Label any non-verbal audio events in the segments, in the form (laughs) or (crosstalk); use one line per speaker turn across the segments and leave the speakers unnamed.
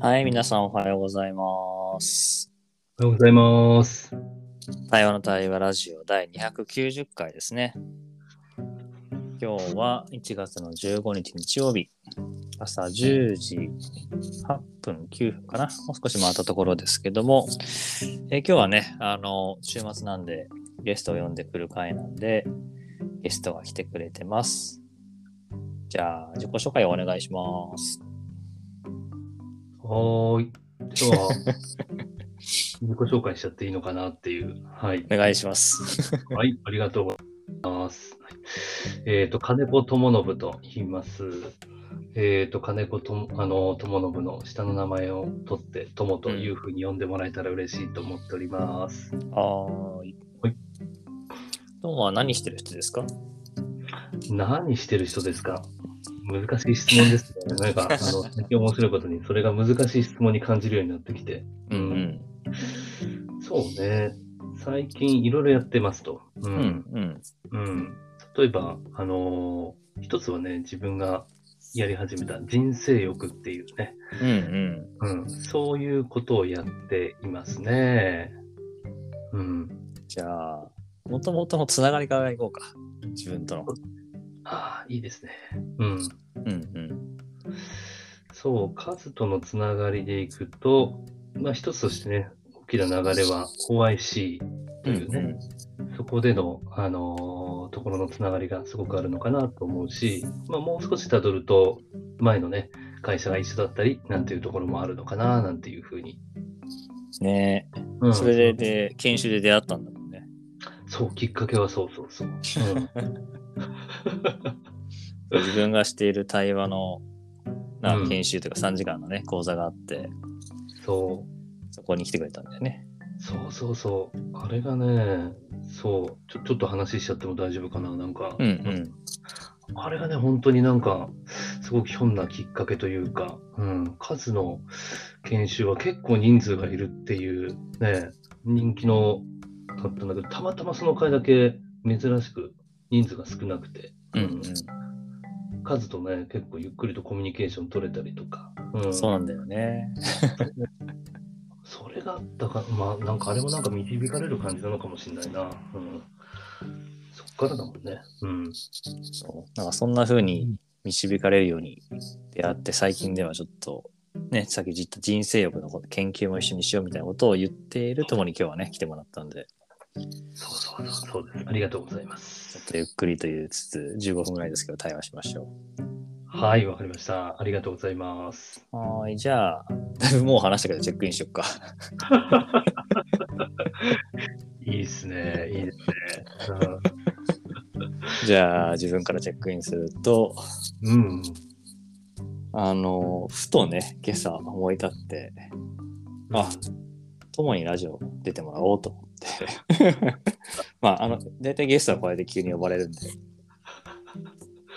はい、皆さんおはようございます。
おはようございます。
台湾の対話ラジオ第290回ですね。今日は1月の15日日曜日、朝10時8分、9分かな、もう少し回ったところですけども、えー今日はね、あの、週末なんでゲストを呼んでくる回なんで、ゲストが来てくれてます。じゃあ、自己紹介をお願いします。
はーい。今日は、自己紹介しちゃっていいのかなっていう。はい。
お願いします。
はい、ありがとうございます。えっ、と、金子智信と言います。えっ、と、金子ともあの智信の下の名前を取って、友というふうに呼んでもらえたら嬉しいと思っております。
はーい。
はい。
今日は何してる人ですか
何してる人ですか難しい質問ですね。なんか、あの、最近面白いことに、それが難しい質問に感じるようになってきて。
うんうん。
そうね。最近いろいろやってますと。
う
う。
んんうん。
うん。例えば、あのー一つはね、自分がやり始めた人生欲っていうね、
うんうん。
うん。そういうことをやっていますね。うん。
じゃあ、もともとのつながりからいこうか。自分との。
ああ、いいですね。うん。
うんうん。
そう、数とのつながりでいくと、まあ一つとしてね、大きな流れは OIC というね、そこでの、あのーところのつながりがすごくあるのかなと思うし、まあ、もう少し辿ると、前のね、会社が一緒だったり、なんていうところもあるのかな、なんていうふうに。
ねえ、
うん
それでで、研修で出会ったんだもんね。
そう、きっかけはそうそうそう。
(laughs) 自分がしている対話のな
うん
研修というか3時間のね、講座があって、
うん、そう。
そこに来てくれたんだよね。
そうそうそう。あれがね、そうちょ、ちょっと話しちゃっても大丈夫かな、なんか。
うんうん。
あれがね、本当になんか、すごくひょんなきっかけというか、うん、数の研修は結構人数がいるっていうね、人気のだったんだけど、たまたまその回だけ珍しく人数が少なくて、
うん
数とね、結構ゆっくりとコミュニケーション取れたりとか、う
うん。
ん、
そうなんだよね。
それがあったか、まあ、なんかあれもなんか導かれる感じなのかもしれないな。うんそっからだもんね。うん。
そう。なんかそんな風に導かれるように出会って、最近ではちょっと、ね、さっき言った人生欲のこと研究も一緒にしようみたいなことを言っているともに今日はね、来てもらったんで、
そうそうそう、そうです。ありがとうございます。
ちょっとゆっくりと言いつつ、15分ぐらいですけど、対話しましょ
はい、わかりました。ありがとうございます。
う。はーい、じゃあ、だいぶもう話したけど、チェックインしよっか。
いいっすね、いいですね。
じゃあ、自分からチェックインすると、
うん、うん
あの、ふとね、今朝思い立って、あともにラジオ出て (laughs) もらおうと思って。まあ、あの、大体ゲストはこうやって急に呼ばれるんで。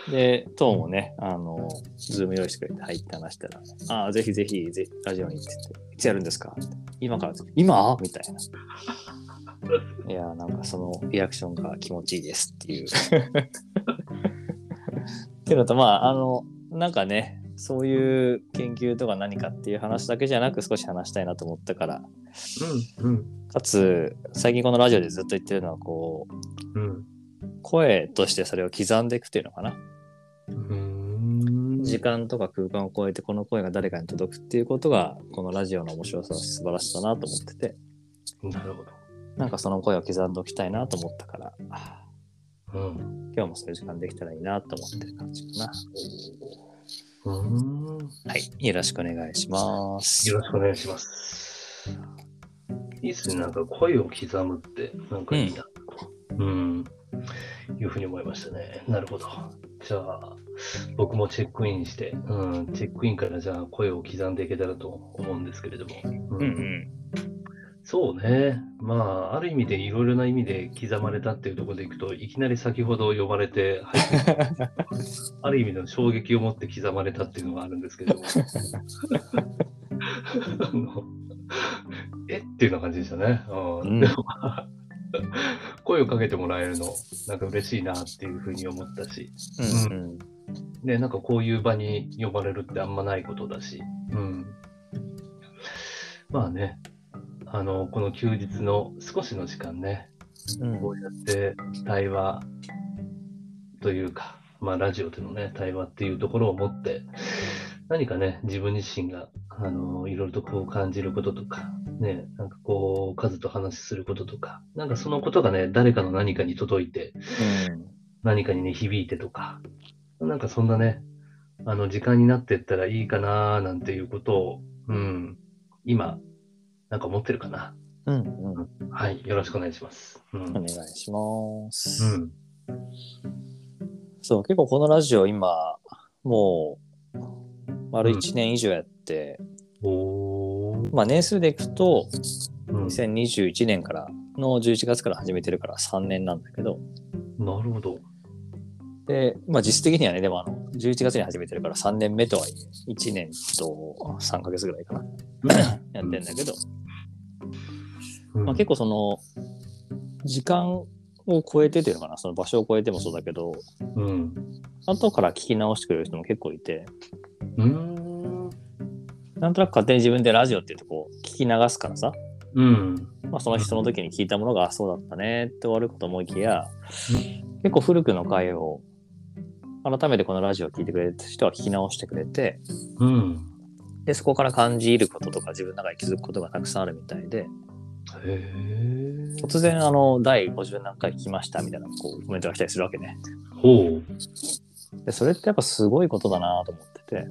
で、トーもね、あの、ズーム用意してくれて入って話したら、ああ、ぜひぜひぜ、ラジオに行ってって、いつやるんですかって今からです今みたいな。いやー、なんかそのリアクションが気持ちいいですっていう。 (laughs) っていうのと、まあ、あの、なんかね、そういう研究とか何かっていう話だけじゃなく少し話したいなと思ったから、
うん、
かつ最近このラジオでずっと言ってるのはこう
うん、
声としてそれを刻んでいくっていうのかな、
うん。
時間とか空間を超えてこの声が誰かに届くっていうことがこのラジオの面白さ素晴らしさだなと思ってて
なるほ
なんかその声を刻んでおきたいなと思ったからあ
ど。うん。
ー今日もそういう時間できたらいいなと思ってる感じかな
うん。
はいよろしくお願いします
よろしくお願いします。いいっすね、なんか声を刻むって、なんかいいな、うん。いうふうに思いましたね。なるほど。じゃあ、僕もチェックインして、うん、チェックインからじゃあ声を刻んでいけたらと思うんですけれども。
うんうん
そうね。まあ、ある意味でいろいろな意味で刻まれたっていうところでいくと、いきなり先ほど呼ばれて入ってきた、ある意味の衝撃を持って刻まれたっていうのがあるんですけども。あのえっていうような感じでしたね。う
うん
ん、でも声をかけてもらえるの、なんか嬉しいなっていうふうに思ったし、
うんうん
ね、なんかこういう場に呼ばれるってあんまないことだし、うん、まあね、あの、この休日の少しの時間ね、
うん
こうやって対話というか、まあラジオでのね、対話っていうところを持って、何かね、自分自身が、あの、いろいろとこう感じることとか、ね、なんかこう、数と話しすることとか、なんかそのことがね、誰かの何かに届いて、何かにね、響いてとか、なんかそんなね、あの、時間になってったらいいかなーなんていうことを、うん、今、なんか思ってるかな。
うんうんうん
はい、よろしくお願いします。う
お
ん。
願いします。
うん。
そう、結構このラジオ今、もう、丸1年以上やって、
おー。
まあ年数でいくと、
うん、な
2021年からの11月から始めてるから3年なんだけど、
るほど。
で、まあ実質的にはね、でもあの、11月に始めてるから3年目とはいえ、1年と3ヶ月ぐらいかな、やってんだけど、
うん
まあ、結構その、時間を超えてというのかな、その場所を超えてもそうだけど、
うん。
後から聞き直してくれる人も結構いて、
うーん。
なんとなく勝手に自分でラジオっていうとこう聞き流すからさ、
うん。
まあ、その日その時に聞いたものがあそうだったねって終わるかと思いきや結構古くの回を改めてこのラジオを聞いてくれた人は聞き直してくれて
うん。
でそこから感じることとか自分の中に気づくことがたくさんあるみたいで
へえ。
突然あの第50何回聞きましたみたいなこうコメントが来たりするわけね
ほう。
でそれってやっぱすごいことだなと思ってて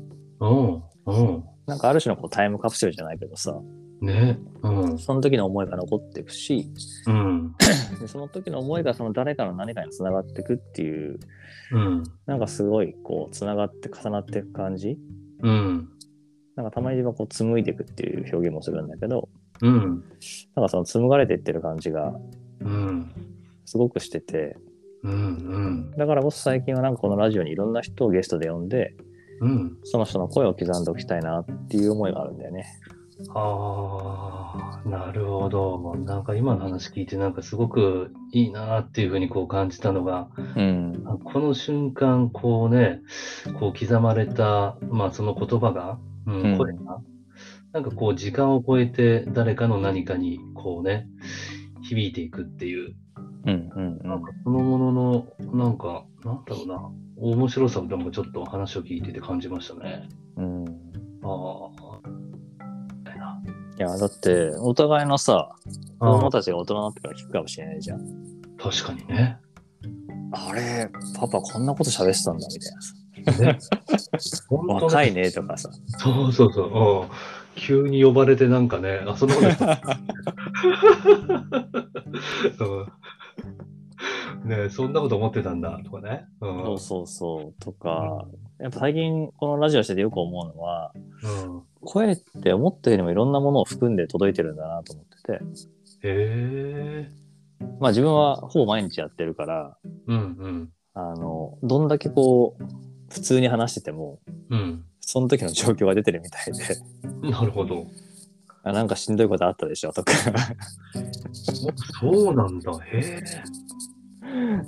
うん。うん。
なんかある種のこうタイムカプセルじゃないけどさ
ね。うん。
その時の思いが残っていくし
うん。
でその時の思いがその誰かの何かにつながっていくっていう
うん。
なんかすごいこうつながって重なっていく感じ
うん。
なんかたまに自分はこう紡いでいくっていう表現もするんだけど
うん。
なんかその紡がれていってる感じが
うん。
すごくしてて
うん。
だからこそ最近はなんかこのラジオにいろんな人をゲストで呼んで
うん。
その人の声を刻んでおきたいなっていう思いがあるんだよね。
ああ、なるほど。なんか今の話聞いて、なんかすごくいいなっていうふうにこう感じたのが、
うん、
あこの瞬間、こうね、こう刻まれた、まあその言葉が、うん
うん
声が、なんかこう時間を超えて誰かの何かにこうね、響いていくっていう、
うん、うん、う
なんんかそのものの、なんか、なんだろうな、面白さでもちょっと話を聞いてて感じましたね。
うん。
ああ、みたいな。
いや、だって、お互いのさ、子
あ
供
あ
たちが大人になってから聞くかもしれないじゃん。
確か
(laughs)
にね。
あれ、パパこんなこと喋ってたんだみたいなさ。
ね本当
若いねとかさ。
そうそうそう。うん急に呼ばれてなんかね、あ、そんなことした。うんねえそんなこと思ってたんだとかね。うん。
そうそうそう。とか、やっぱ最近このラジオしててよく思うのは、
うん、
声って思ったよりもいろんなものを含んで届いてるんだなと思ってて、
へえ。
まあ自分はほぼ毎日やってるから、
うん
あの、どんだけこう、普通に話してても、
うん。
その時の状況が出てるみたいで、 (laughs)
うん。なるほど。
あなんかしんどいことあったでしょとか、 (laughs)
そうなんだ。へえ。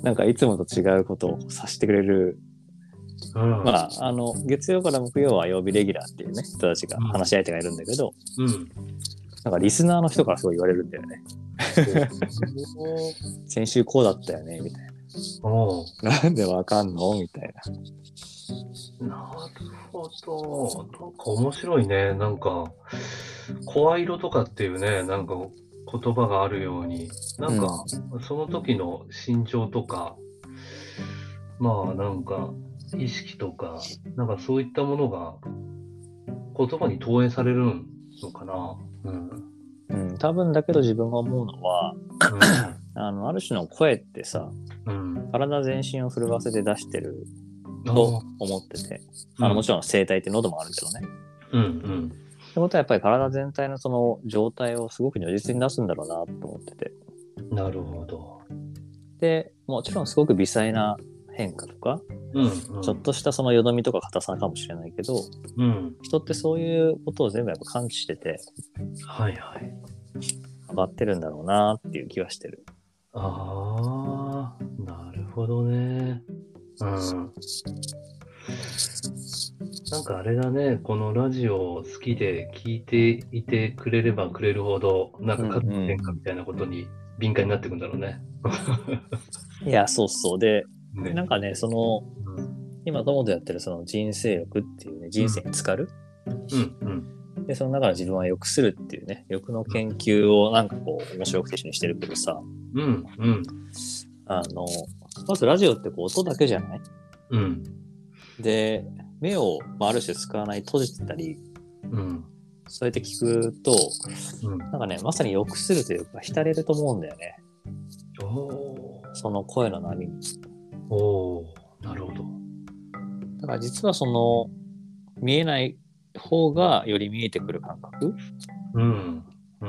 なんかいつもと違うことをさせてくれる、
うん。
まあ、あの、月曜から木曜は曜日レギュラーっていうね、人たちが、
うん
話し相手がいるんだけど、
うん。
なんかリスナーの人からすごい言われるんだよね。 (laughs) 先週こうだったよね、みたい
おう
な。なんでわかんのみたいな。
なるほど。なんか面白いね。なんか、声色とかっていうね、なんか言葉があるように、なんか、その時の心情とか、まあなんか、意識とか、なんかそういったものが言葉に投影されるのかな。うん。
うん、多分だけど自分が思うのは、あの、ある種の声ってさ、
うん。
(coughs)
うん
体全身を震わせて出してる
あ
と思ってて、あ
う
の
ん
もちろん声帯って喉もあるけどね。
うんうん。
ってことはやっぱり体全体のその状態をすごく如実に出すんだろうなと思ってて。
なるほど。
で、もちろんすごく微細な変化とか、
うん、うん。
ちょっとしたそのよどみとか硬さかもしれないけど、
うん。
人ってそういうことを全部やっぱ感知してて、
はいはい。
上がってるんだろうなっていう気はしてる。
ああ、なるほどね。うん。なんかあれだね、このラジオを好きで聞いていてくれればくれるほど、なんか各変化みたいなことに敏感になってくんだろうね。
いや、そうそう。で、
ね
なんかね、その、
うん
今、友とやってるその人生欲っていうね、人生に浸かる。
うんうん
で、その中で自分は欲するっていうね、欲の研究をなんかこう、面白くて一緒にしてるけどさ、
うんうん
あの、まずラジオってこう音だけじゃない
うん
で、目を、まあ、ある種使わない閉じてたり、
うん
そうやって聞くと、
うん
なんかね、まさに欲するというか、浸れると思うんだよね。
お
その声の波に。
ーおーなるほど。
だから実はその、見えない方がより見えてくる感覚
うんう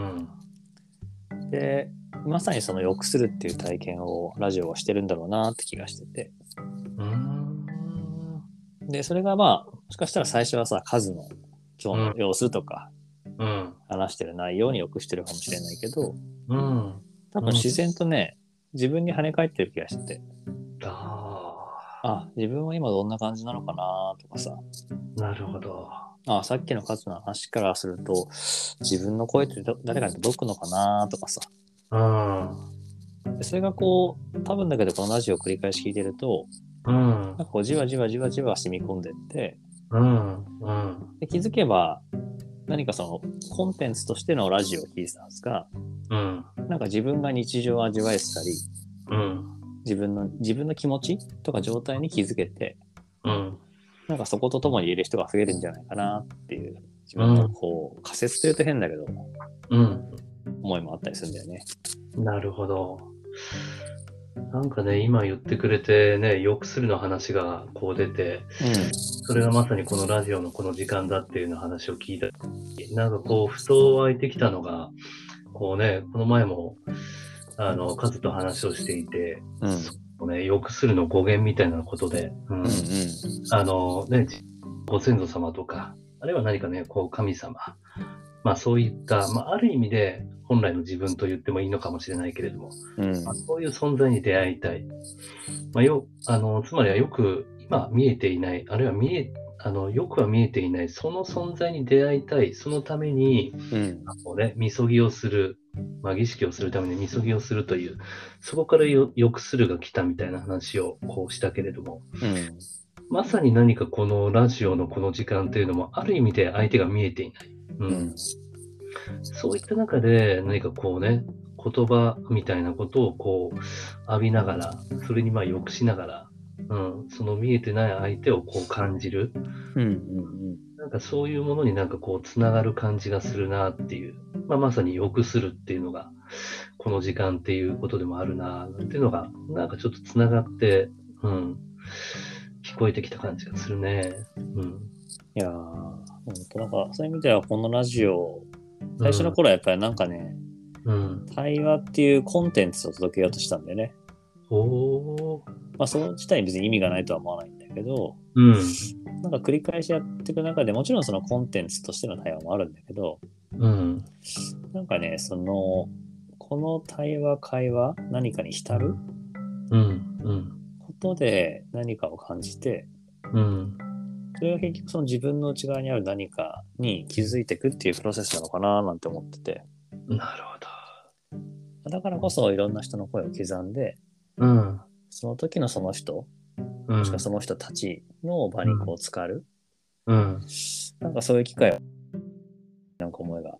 ん
で、まさにその欲するっていう体験をラジオはしてるんだろうなって気がしてて。
うーん
で、それがまあ、もしかしたら最初はさ、数の今日の様子とか、
うん
話してる内容に欲してるかもしれないけど、
うん
多
う
分
ん
自然とね、自分に跳ね返ってる気がしてて、
あ
あ、自分は今どんな感じなのかなとかさ、
ーなるほど。
あさっきの数の話からすると、自分の声ってど誰かに届くのかなとかさ、
うん
でそれがこう、多分だけどこのラジオを繰り返し聞いてると、
うん
なんかこうじわじわじわじわ染み込んでって、
うんうん
で気づけば、何かそのコンテンツとしてのラジオを聞いてたはずが、
うん
なんか自分が日常を味わえてたり、
うん
自分の自分の気持ちとか状態に気づけて、
うん
なんかそことともにいる人が増えるんじゃないかなっていう、自分のこう、仮説というと変だけど、
うん
思いもあったりするんだよね。
なるほど。なんかね、今言ってくれてね、よくするの話がこう出て、それがまさにこのラジオのこの時間だっていうような話を聞いた。なんかこう、ふと湧いてきたのが、こうね、この前も、あの、カズと話をしていて、
うん。うん。
こうね、よくするの語源みたいなことで、うん
うん
あのね、ご先祖様とか、あるいは何かね、こう神様、まあそういった、まあある意味で本来の自分と言ってもいいのかもしれないけれども、
うん。うん
まあ、そういう存在に出会いたい。まあ、よあのつまりはよく今見えていない、あるいは見えあのよくは見えていない、その存在に出会いたい、そのために、
うん。
あのね、みそぎをする、まあ、儀式をするためにみそぎをするという、そこからよ欲するが来たみたいな話をこうしたけれども、
うん。
まさに何かこのラジオのこの時間というのも、ある意味で相手が見えていない。
う
うんん、そういった中で何かこうね言葉みたいなことをこう浴びながらそれにまあ抑しながら、うん、その見えてない相手をこう感じる
うん。うん。
なんかそういうものになんかこうつながる感じがするなっていう、まあ、まさに抑するっていうのがこの時間っていうことでもあるなっていうのがなんかちょっとつながって、うん、聞こえてきた感じがするね。うん、
いやー、本当なんか、そういう意味では、このラジオ、最初の頃はやっぱりなんかね、
うん、
対話っていうコンテンツを届けようとしたんだよね。
おー
まあ、その自体に別に意味がないとは思わないんだけど、
うん
なんか繰り返しやっていく中でもちろんそのコンテンツとしての対話もあるんだけど、
うん
なんかね、その、この対話、会話、何かに浸る
うんうん
ことで何かを感じて、
うん
それが結局その自分の内側にある何かに気づいていくっていうプロセスなのかななんて思ってて、
なるほど。
だからこそいろんな人の声を刻んで、
うん。
その時のその人、
うん
もしくはその人たちの場にこう使う、
うん。
なんかそういう機会を、なんか思いが、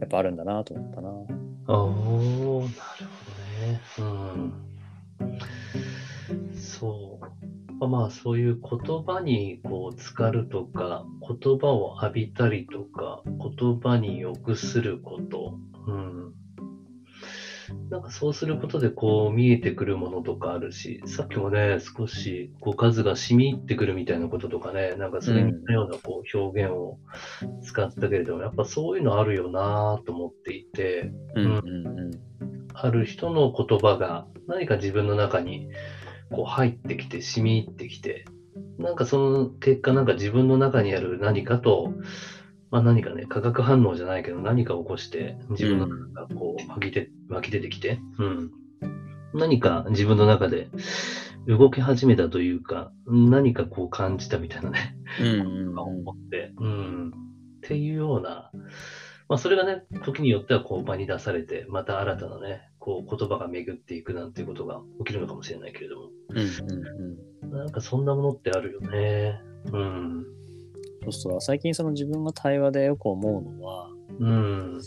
やっぱあるんだなと思ったな。
おお、なるほどね。うん。そう。まあ、そういう言葉にこう、浸かるとか、言葉を浴びたりとか、言葉に欲すること。うん。なんかそうすることでこう見えてくるものとかあるし、さっきもね、少しこう数が染み入ってくるみたいなこととかね、なんかそれに似たようなこう表現を使ったけれども、やっぱそういうのあるよなぁと思っていて、
うん
ん
うんうん。
ある人の言葉が何か自分の中にこう入ってきて染み入ってきてなんかその結果なんか自分の中にある何かと、まあ、何かね化学反応じゃないけど何かを起こして自分の中がこう湧き出湧き出てきて、うん、何か自分の中で動き始めたというか、何かこう感じたみたいなね、
うんうんうん
思って、うん。っていうような、まあ、それがね、時によってはこう場に出されて、また新たなね、こう言葉が巡っていくなんていうことが起きるのかもしれないけれど
うんうん
も、なんかそんなものってあるよね。うん。
そうそう最近その自分が対話でよく思うのは
うん。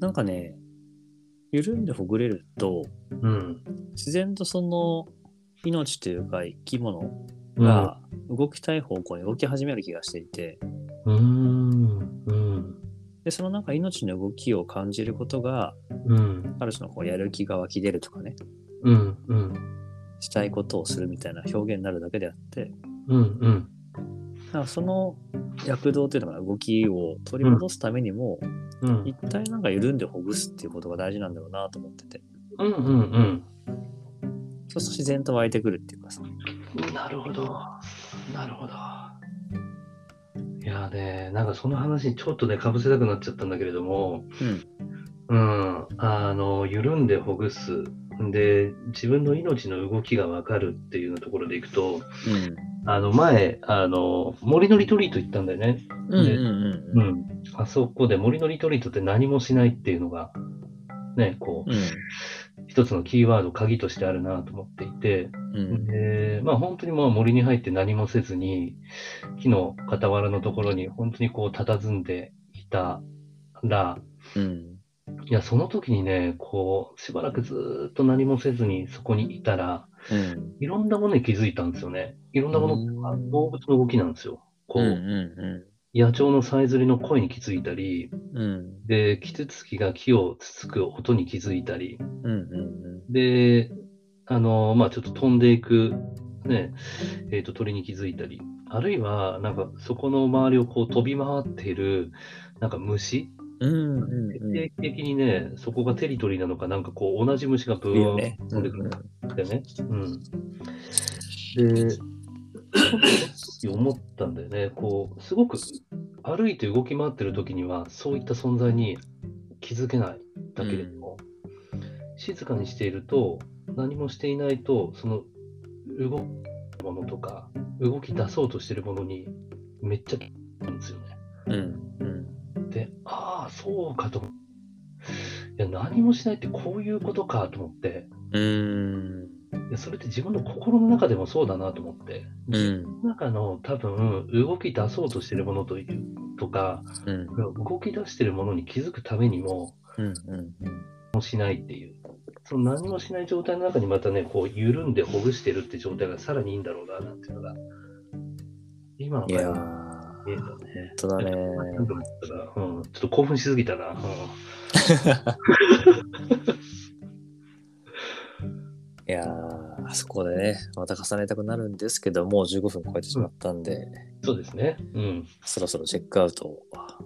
なんかね緩んでほぐれると
うん。
自然とその命というか生き物
うん。
が動きたい方向に動き始める気がしていて
うん。うん。
でそのなんか命の動きを感じることが
うん。
ある種のこうやる気が湧き出るとかね
うん。うん。
したいことをするみたいな表現になるだけであって
うん。うん。
なんかその躍動というのが動きを取り戻すためにも、
うん。
一体なんか緩んでほぐすっていうことが大事なんだろうなと思ってて
うんうん
そうすると自然と湧いてくるっていうかさ
うん。なるほど。なるほど。いやーね、なんかその話にちょっとね、かぶせたくなっちゃったんだけれども、
うん
うん、あの、緩んでほぐす。で、自分の命の動きがわかるっていうところでいくと、あの、前、あの、森のリトリート行ったんだよね。
うんうんうん
う
うん
ん。あそこで森のリトリートって何もしないっていうのが、ね、こう、一つのキーワード、鍵としてあるなと思っていて、
うん
で、まあ本当にまあ森に入って何もせずに、木の傍らのところに本当にこう佇んでいたら、
うん
いや、その時にね、こう、しばらくずーっと何もせずにそこにいたら、
うん
いろんなものに気づいたんですよね。いろんなものっていうか、動物の動きなんですよ。こ
うんう
う、野鳥のさえずりの声に気づいたり、
んうん
で、キツツキが木をつつく音に気づいたり、
うんうん
で、あの、まあ、ちょっと飛んでいく、ね、えっ、と、鳥に気づいたり、あるいは、なんか、そこの周りをこう飛び回っている、なんか虫、
うんうん
定期的にね、そこがテリトリーなのか、なんかこう、同じ虫がブ
いいよ
ーン
ね
飛んでくるんだよね。うん。で、思ったんだよね、こう、すごく歩いて動き回ってる時には、そういった存在に気づけないだけれども、静かにしていると、何もしていないと、その動くものとか、動き出そうとしてるものにめっちゃ気づくんですよね。
うんうん
で、ああ、そうかと。いや、何もしないってこういうことかと思って、
うん
いやそれって自分の心の中でもそうだなと思って、
うん
中の多分動き出そうとしてるものというとか
うん
動き出してるものに気づくためにも
うんうん
もうしないっていうその何もしない状態の中にまたねこう緩んでほぐしてるって状態がさらにいいんだろうななんていうのが今の
い
会
やー
話
本
見えたね。
当だね
なんか思ったらうん、ちょっと興奮しすぎたな。
いやーあそこでねまた重ねたくなるんですけどもう15分超えてしまったんで、
そうですね。うん。
そろそろチェックアウトを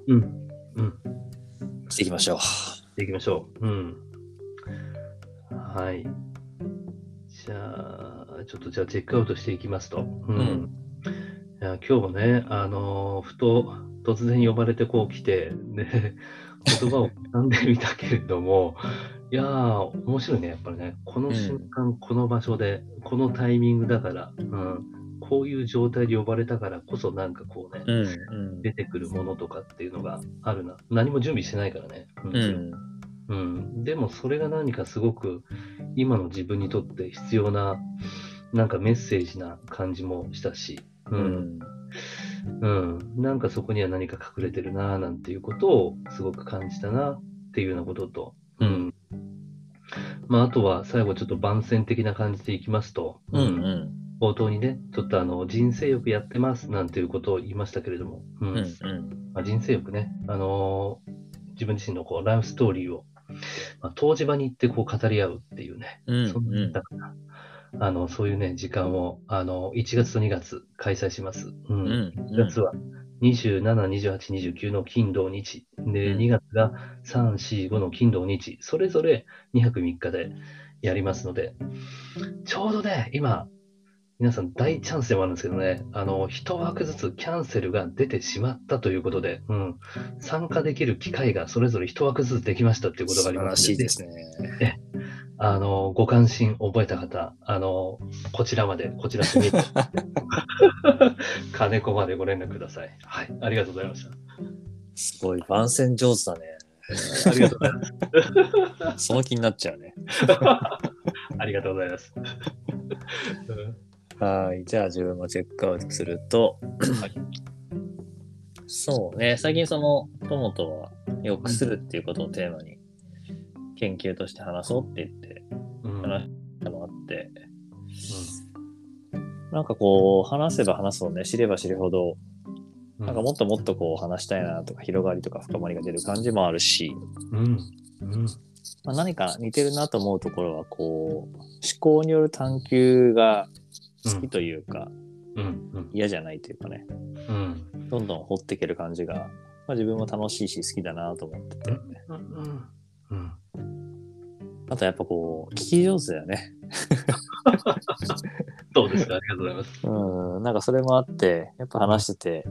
うん。うん。
していきましょう。
いきましょう。うん。はい。じゃあ、ちょっとじゃあチェックアウトしていきますと。うん。
うん
いや今日もね、あのーふと突然呼ばれてこう来て、ね、 (laughs) 言葉を掴んでみたけれども、いやー、面白いね、やっぱりね。この瞬間、この場所で、このタイミングだから、うん、こういう状態で呼ばれたからこそ、なんかこうね、
うんうん
出てくるものとかっていうのがあるな。何も準備してないからね。うん
うん
うん、でもそれが何かすごく今の自分にとって必要ななんかメッセージな感じもしたし、う
うんん
うんなんかそこには何か隠れてるなあなんていうことをすごく感じたなっていうようなことと、うんまあ、あとは最後ちょっと番宣的な感じでいきますと、
うんうん
冒頭にねちょっとあの人生欲やってますなんていうことを言いましたけれども、う
うんうん
まあ、人生欲ね、あのー自分自身のこうライフストーリーを、まあ、当時場に行ってこう語り合うっていうね、
うん
そんなだからあのそういうね、時間を、あの1月と2月開催します。う
う
ん
ん
1月は27、28、29の金、土、日。で、
うん
2月が3、4、5の金、土、日。それぞれ2泊3日でやりますので、ちょうどね、今、皆さん大チャンスでもあるんですけどね、あの、1枠ずつキャンセルが出てしまったということで、うん、参加できる機会がそれぞれ1枠ずつできましたっていうこと
素
があり
晴ら
ます。
しいですすね。
あの、ご関心覚えた方、あの、こちらまで、こちらすみ。 (laughs) 金子までご連絡ください。はい、ありがとうござい (laughs) まし
すごい、番宣上手だね。
た。ありがとうございます。
その気になっちゃうね。
ありがとうございます。うん
はい。じゃあ自分もチェックアウトすると、
はい
そうね、最近その、友とはよくするっていうことをテーマに、研究として話そうって言って
うん
話したのあって、なんかこう、話せば話すほどね、知れば知るほど、
うん
なんかもっともっとこう話したいなとか、広がりとか深まりが出る感じもあるし、
うん。うん。
まあ、何か似てるなと思うところは、こう、思考による探求が好きというか、
うん。うん。
嫌じゃないというかね、
うん。
どんどん掘っていける感じが、まあ、自分も楽しいし好きだなと思ってて。
うん。うん。
あとやっぱこう、聞き上手だよね。
どうですかありがとうございます。
うん、なんかそれもあって、やっぱ話してて、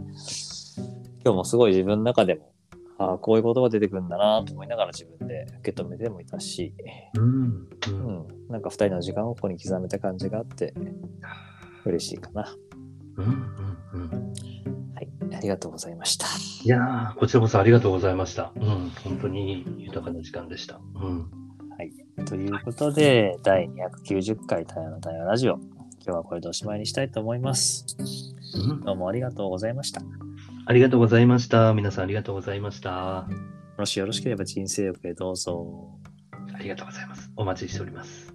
今日もすごい自分の中でも、ああ、こういう言葉出てくるんだなと思いながら自分で受け止めてもいたし、
うん。う。
うんん、なんか2人の時間をここに刻めた感じがあって、嬉しいかな。
うん。うん。
はい、ありがとうございました。
いやー、こちらこそありがとうございました。うん。本当に豊かな時間でした。うん。
ということで、第290回太陽の太陽ラジオ、今日はこれでおしまいにしたいと思います。
うん。
どうもありがとうございました。も
ありがとうございました。皆さんありがとうございました。あ
しよろしければ人生欲へどうぞ。
りがとうございます。お待ちしております。